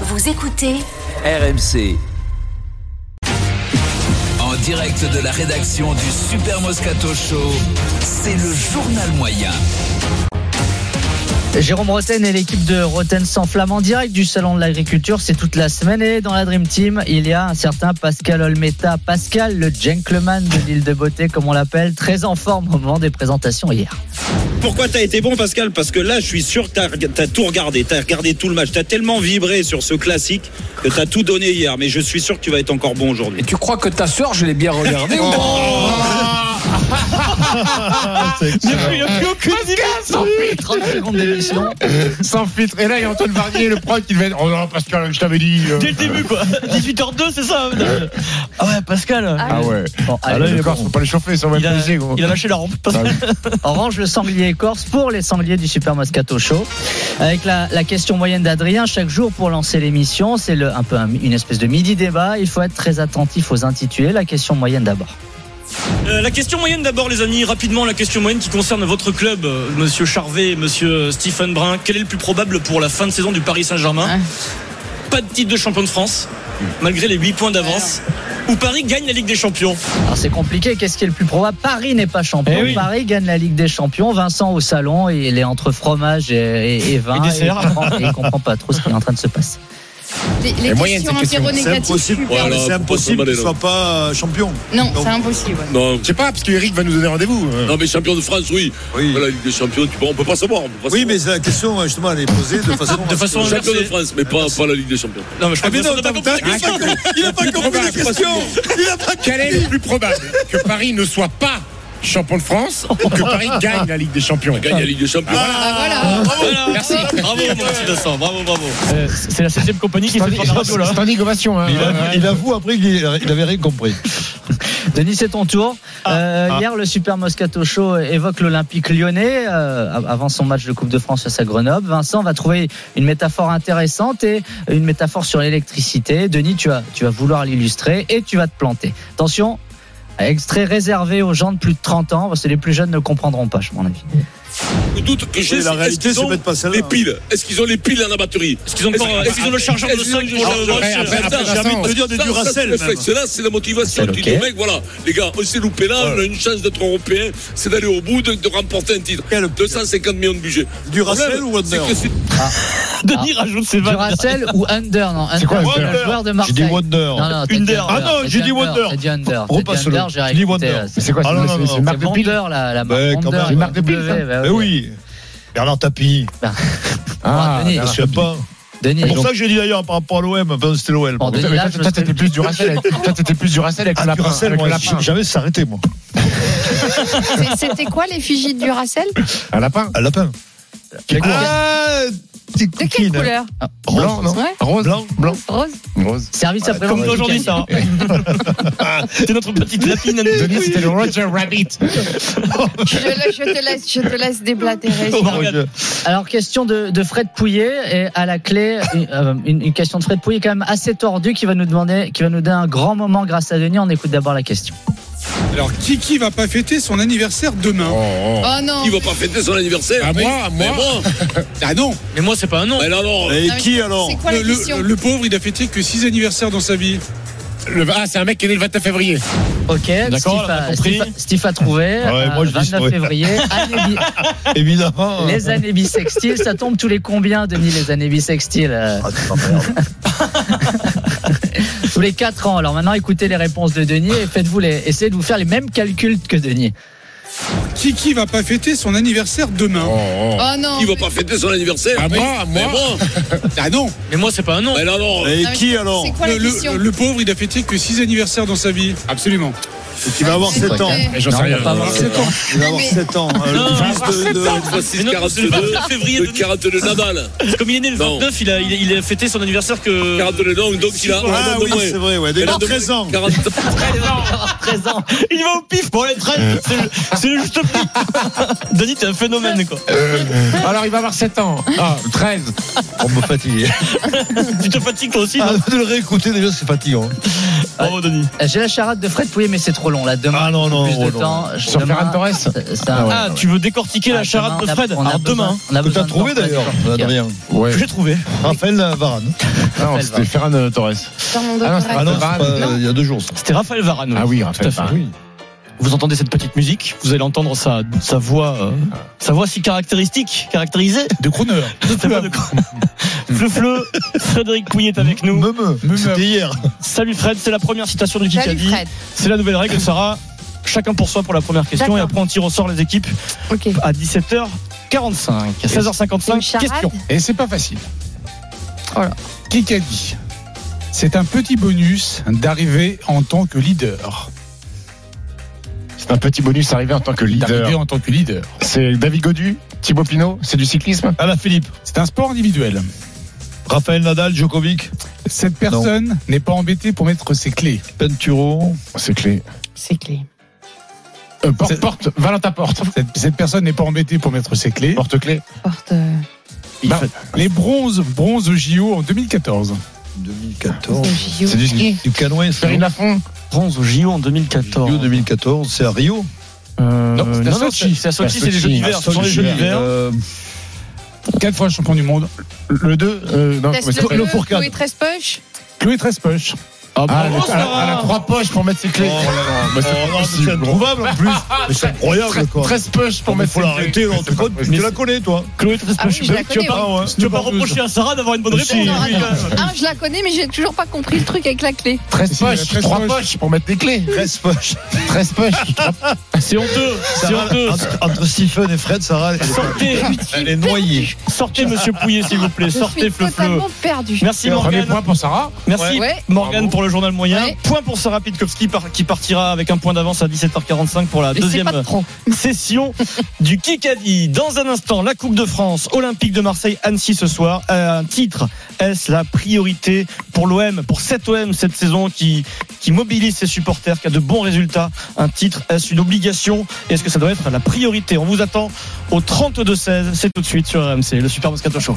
Vous écoutez RMC. En direct de la rédaction du Super Moscato Show, c'est le journal moyen. Jérôme Roten et l'équipe de Roten sans flamme en direct du Salon de l'Agriculture, c'est toute la semaine. Et dans la Dream Team, il y a un certain Pascal Olmeta. Pascal, le gentleman de l'île de beauté, comme on l'appelle, très en forme au moment des présentations hier. Pourquoi t'as été bon Pascal Parce que là je suis sûr que t'as, t'as tout regardé, t'as regardé tout le match, t'as tellement vibré sur ce classique que t'as tout donné hier, mais je suis sûr que tu vas être encore bon aujourd'hui. Et tu crois que ta sœur, je l'ai bien regardée ou pas Sans plus, 30 secondes d'émission. Sans filtre. Et là, il y a Antoine Barnier, le proc, qui devait être. Oh non, Pascal, je t'avais dit. euh. Dès le début, quoi. 18h02, c'est ça madame Ah ouais, Pascal. Ah ouais. Bon, Ah, allez, là, les Corses, faut pas les chauffer, ça va il, me a, blesser, gros. il a lâché la rampe. Ah oui. Orange le sanglier corse pour les sangliers du Super Moscato Show. Avec la, la question moyenne d'Adrien, chaque jour pour lancer l'émission, c'est le- un peu un- une espèce de midi débat. Il faut être très attentif aux intitulés. La question moyenne d'abord. Euh, la question moyenne d'abord, les amis. Rapidement, la question moyenne qui concerne votre club, euh, Monsieur Charvet, et Monsieur Stephen Brun. Quel est le plus probable pour la fin de saison du Paris Saint-Germain Pas de titre de champion de France, malgré les 8 points d'avance. Ou Paris gagne la Ligue des Champions. Alors c'est compliqué, qu'est-ce qui est le plus probable Paris n'est pas champion, Eh oui. Paris gagne la Ligue des Champions, Vincent au salon, il est entre fromage et, et- et vin, Et dessert. il comprend, et il comprend pas trop ce qui est en train de se passer. Les, les moyenne, questions cette question. environégatives, tu perds. Voilà, c'est impossible pourquoi qu'il se soit pas euh, champion. Non, Non. c'est impossible. ouais. Non, Je sais pas, parce que Eric va nous donner rendez-vous. euh. mais champion de France, oui. Oui. Ligue des Champions, on peut pas savoir. Oui, mais la question, euh, justement, elle est posée de façon. De façon inversée. mais pas, la Ligue des Champions. Non, mais je Ah, crois mais que non, Vincent n'a pas t'as- compris la t'as- il a question. pas compris- il a pas compris la question. Il a pas Quel est le plus probable Que Paris ne soit pas champion de France ou que Paris gagne la Ligue des Champions Gagne la Ligue des Champions. Ah. Voilà. Voilà. Merci. Bravo, mon petit Vincent. Bravo, bravo. Euh, c'est la 7 compagnie qui s'est fait radio, là. Standing ovation. hein. avoue après qu'il avait rien compris. Denis, c'est ton tour. Ah. Euh, Hier, le Super Moscato Show évoque l'Olympique lyonnais euh, avant son match de Coupe de France face à Grenoble. Vincent va trouver une métaphore intéressante et une métaphore sur l'électricité. Denis, tu vas, tu vas vouloir l'illustrer et tu vas te planter. Attention, extrait réservé aux gens de plus de 30 ans, parce que les plus jeunes ne comprendront pas, je mon avis. Le doute que j'ai, la c'est est-ce réalité, qu'ils c'est ont peut-être pas celle-là. les piles Est-ce qu'ils ont les piles dans la batterie Est-ce qu'ils ont encore- est-ce qu'ils ont le chargeur de Est-ce qu'ils ont 5 le pour le chargeur de Roche après, après, J'ai Vincent, envie de te dire des ça, ça, Duracell, ce même. réflexe-là, c'est la motivation. C'est Tu ok. dis aux mecs, voilà, les gars, on s'est loupé là, on a une chance d'être européen, c'est d'aller au bout, de, de remporter un titre. Quel- 250 millions de budget. Duracell Le problème, ou Wonder c'est que c'est- Denis rajoute ses vannes. Duracell ou Under Non, Under, quoi, c'est Under un joueur de Marseille. Wonder. Non, non, t'as dit Under. Under. Ah T'as non, j'ai dit dit Wonder. T'as dit Under. T'as dit Repasse-le. Under, j'ai Je dis réécouté, Wonder. là, C'est quoi Ah c'est- non, C'est non, c'est non. une marque C'est de piles Wonder, là, la marque Ben, quand Wonder, même. la Une marque de pile, W, ça. bah Mais Eh oui. Bernard Tapie. Ah, Denis, Je sais pas. Denis, C'est pour ça que j'ai dit d'ailleurs par rapport à l'OM. Enfin, c'était l'OM. Bon, Denis, Mais là, Toi, je toi, t'étais serais- plus du Racel avec, toi, t'étais plus du Racel avec le Ah, lapin. Duracell, avec le moi, lapin. jamais s'arrêter, moi. C'est- Ah, C'était quoi l'effigie de Duracell Un lapin Un lapin. Quel goût Ah, t'es De quelle couleur Blanc, non Ouais. Rose Blanc. Blanc Rose Rose. Service après Comme aujourd'hui, ça. C'est notre petite lapine. à nous. Denis, c'était le Roger Rabbit. je, le- je te laisse, je te laisse déblatérer. Oh, ça. regarde. Alors, question de, de Fred Pouillet. Et à la clé, une- euh, une, une question de Fred Pouillet, quand même assez tordue, qui va nous demander, qui va nous donner un grand moment grâce à Denis. On écoute d'abord la question. Alors, Kiki va pas fêter son anniversaire demain. Oh non. Qui va pas fêter son anniversaire À moi, à Mais moi. moi Ah non Mais moi, c'est pas un nom. Mais non, non, Et Non, mais qui alors C'est quoi le, la le- question le pauvre, il a fêté que 6 anniversaires dans sa vie. Le- Ah, c'est un mec qui est né le 29 février. Ok, Steve D'accord, on a a, compris. Steve a- Steve a trouvé. ouais, euh, moi, je dis 29 ouais. février. Année bi- Évidemment. les années bissextiles, ça tombe tous les combien, Denis, les années bissextiles euh Ah, putain, merde. Tous les 4 ans. Alors maintenant, écoutez les réponses de Denis et faites-vous les, essayez de vous faire les mêmes calculs que Denis. Kiki va pas fêter son anniversaire demain. Oh non. qui va pas fêter son anniversaire À moi, à Mais moi. moi Ah non Mais moi, c'est pas un nom. Mais non, non Et Non, mais qui alors C'est quoi la le, le- question le pauvre, il a fêté que 6 anniversaires dans sa vie. Absolument. Il va avoir C'est 7 ok. ans. Mais J'en Non, sais on rien. va pas avoir sept ans. Il va avoir 7 ans. hein, Non, Le il va fils avoir de- de- 36, Mais non, c'est le 42, 29 février, le Denis. 42 Nadal Ah Comme il est né le Non. 29, il a, il a- il a fêté son anniversaire que. 42 donc, donc il a un Ah an de oui, moins. c'est vrai, ouais. Dès Il a l'âge de de- 13 ans. 40 Présent. Il va au pif pour les Euh. 13. C'est le- C'est le juste prix. Denis, t'es un phénomène, quoi. Alors, il va avoir 7 ans. Ah, 13. On me fatigue. Tu te fatigues, toi aussi. non de le Ah, réécouter déjà, c'est fatigant. Bravo, Denis. Ah, J'ai la charade de Fred Pouillet, mais c'est trop long. long. Là, demain, Ah non, non, plus oh de non. temps. Sur Demain, Ferran Torres c'est- c'est un- Ah ouais. Ah, tu veux décortiquer Ah, la charade demain, de on a- Fred on a Alors besoin- on demain, a Que t'as besoin de temps trouvé pour d'ailleurs, la décortiquer. Adrien. Ouais. que j'ai trouvé. Raphaël Varane. Ah non, c'était Ferran euh, Torres. Dans mon Ah non, c'est doctorat. Ah non, c'est Varane. pas- Non. il y a deux jours. ça. C'était Raphaël Varane. Ah oui, tout à Raphaël. Eh ben fait. bah Varane. Vous entendez cette petite musique, vous allez entendre sa, sa voix, euh, sa voix si caractéristique, caractérisée. De Crooner. Sa voix de- Fleu Fleu, Frédéric Pouillet est avec nous. Me, me. C'était hier. Salut Fred, c'est la première citation du Salut Kikadi. Fred. C'est la nouvelle règle, Sarah. Chacun pour soi pour la première question et D'accord. après on tire au sort les équipes Ok. à 17h45. Une 16h55, charade question. Et c'est pas facile. Voilà. Qui qu'a dit C'est un petit bonus d'arriver en tant que leader. C'est un petit bonus arrivé en tant que D'arriver leader. en tant que leader. C'est David Godu, Thibaut Pinot, c'est du cyclisme Ah. À la Ah bah, Philippe. C'est un sport individuel. Raphaël Nadal, Djokovic, Cette personne n'est pas embêtée pour mettre ses clés. Penturo. C'est clé. C'est clé. Euh, porte, C'est- porte, Valentin Porte. Cette, cette personne n'est pas embêtée pour mettre ses clés. Porte-clé. Porte. euh, Bah, les bronzes, bronze au JO en 2014. 2014. JO. C'est du ski. Du canoë, c'est Perrine Lafont. Bronze au JO en Rio 2014. 2014, c'est à Rio. Euh, Non, c'est à non, Sochi. c'est à Sochi, À c'est les Jeux Sochi. d'hiver. À Ce sont les Sochi, Jeux euh, d'hiver. Euh, Quatre fois champion du monde. Le 2. Euh, non, comment il Teste s'appelle le Fourcade. Chloé Trespoche. Chloé Trespoche. Ah, Ah, elle bravo, a- elle a- elle a Sarah. trois poches pour mettre ses oh clés. là là, mais c'est Oh pas non, mais possible, c'est gros. introuvable, en plus. Mais c'est incroyable, quoi. 13 poches pour Il mettre faut ses l'arrêter, clés. là. C'est Tu, pas connais- tu possible. la connais, toi Chloé Trespoche, Ah oui, je la connais. pas. Ah ouais. tu peux pas reprocher à Sarah d'avoir une bonne réponse. Non, Oui, quand même. attends. Ah, je la connais, mais j'ai toujours pas compris le truc avec la clé. 13 Si, elle a poches, 13 3 poches. poches pour mettre des clés. 13 poches. 13 poches. C'est honteux, c'est Sarah, honteux. entre, entre Stephen et Fred, Sarah, elle, Sortez, elle est noyée. sortez Monsieur Pouillet s'il vous plaît, Je sortez suis Fleu-Fleu. totalement perdue. Merci Premier Morgane. point pour Sarah. Merci Ouais. Morgane Bravo. pour le journal moyen. Ouais. Point pour Sarah Pitkovski par- qui partira avec un point d'avance à 17h45 pour la Je sais deuxième pas trop. session du Kikadi. Dans un instant, la Coupe de France, Olympique de Marseille, Annecy ce soir. Euh, Un titre, est-ce la priorité pour l'OM, pour cet OM cette saison qui, qui mobilise ses supporters, qui a de bons résultats Un titre, est-ce une obligation Et Est-ce que ça doit être la priorité On vous attend au 32-16. C'est tout de suite sur RMC, le Super Moscato Show.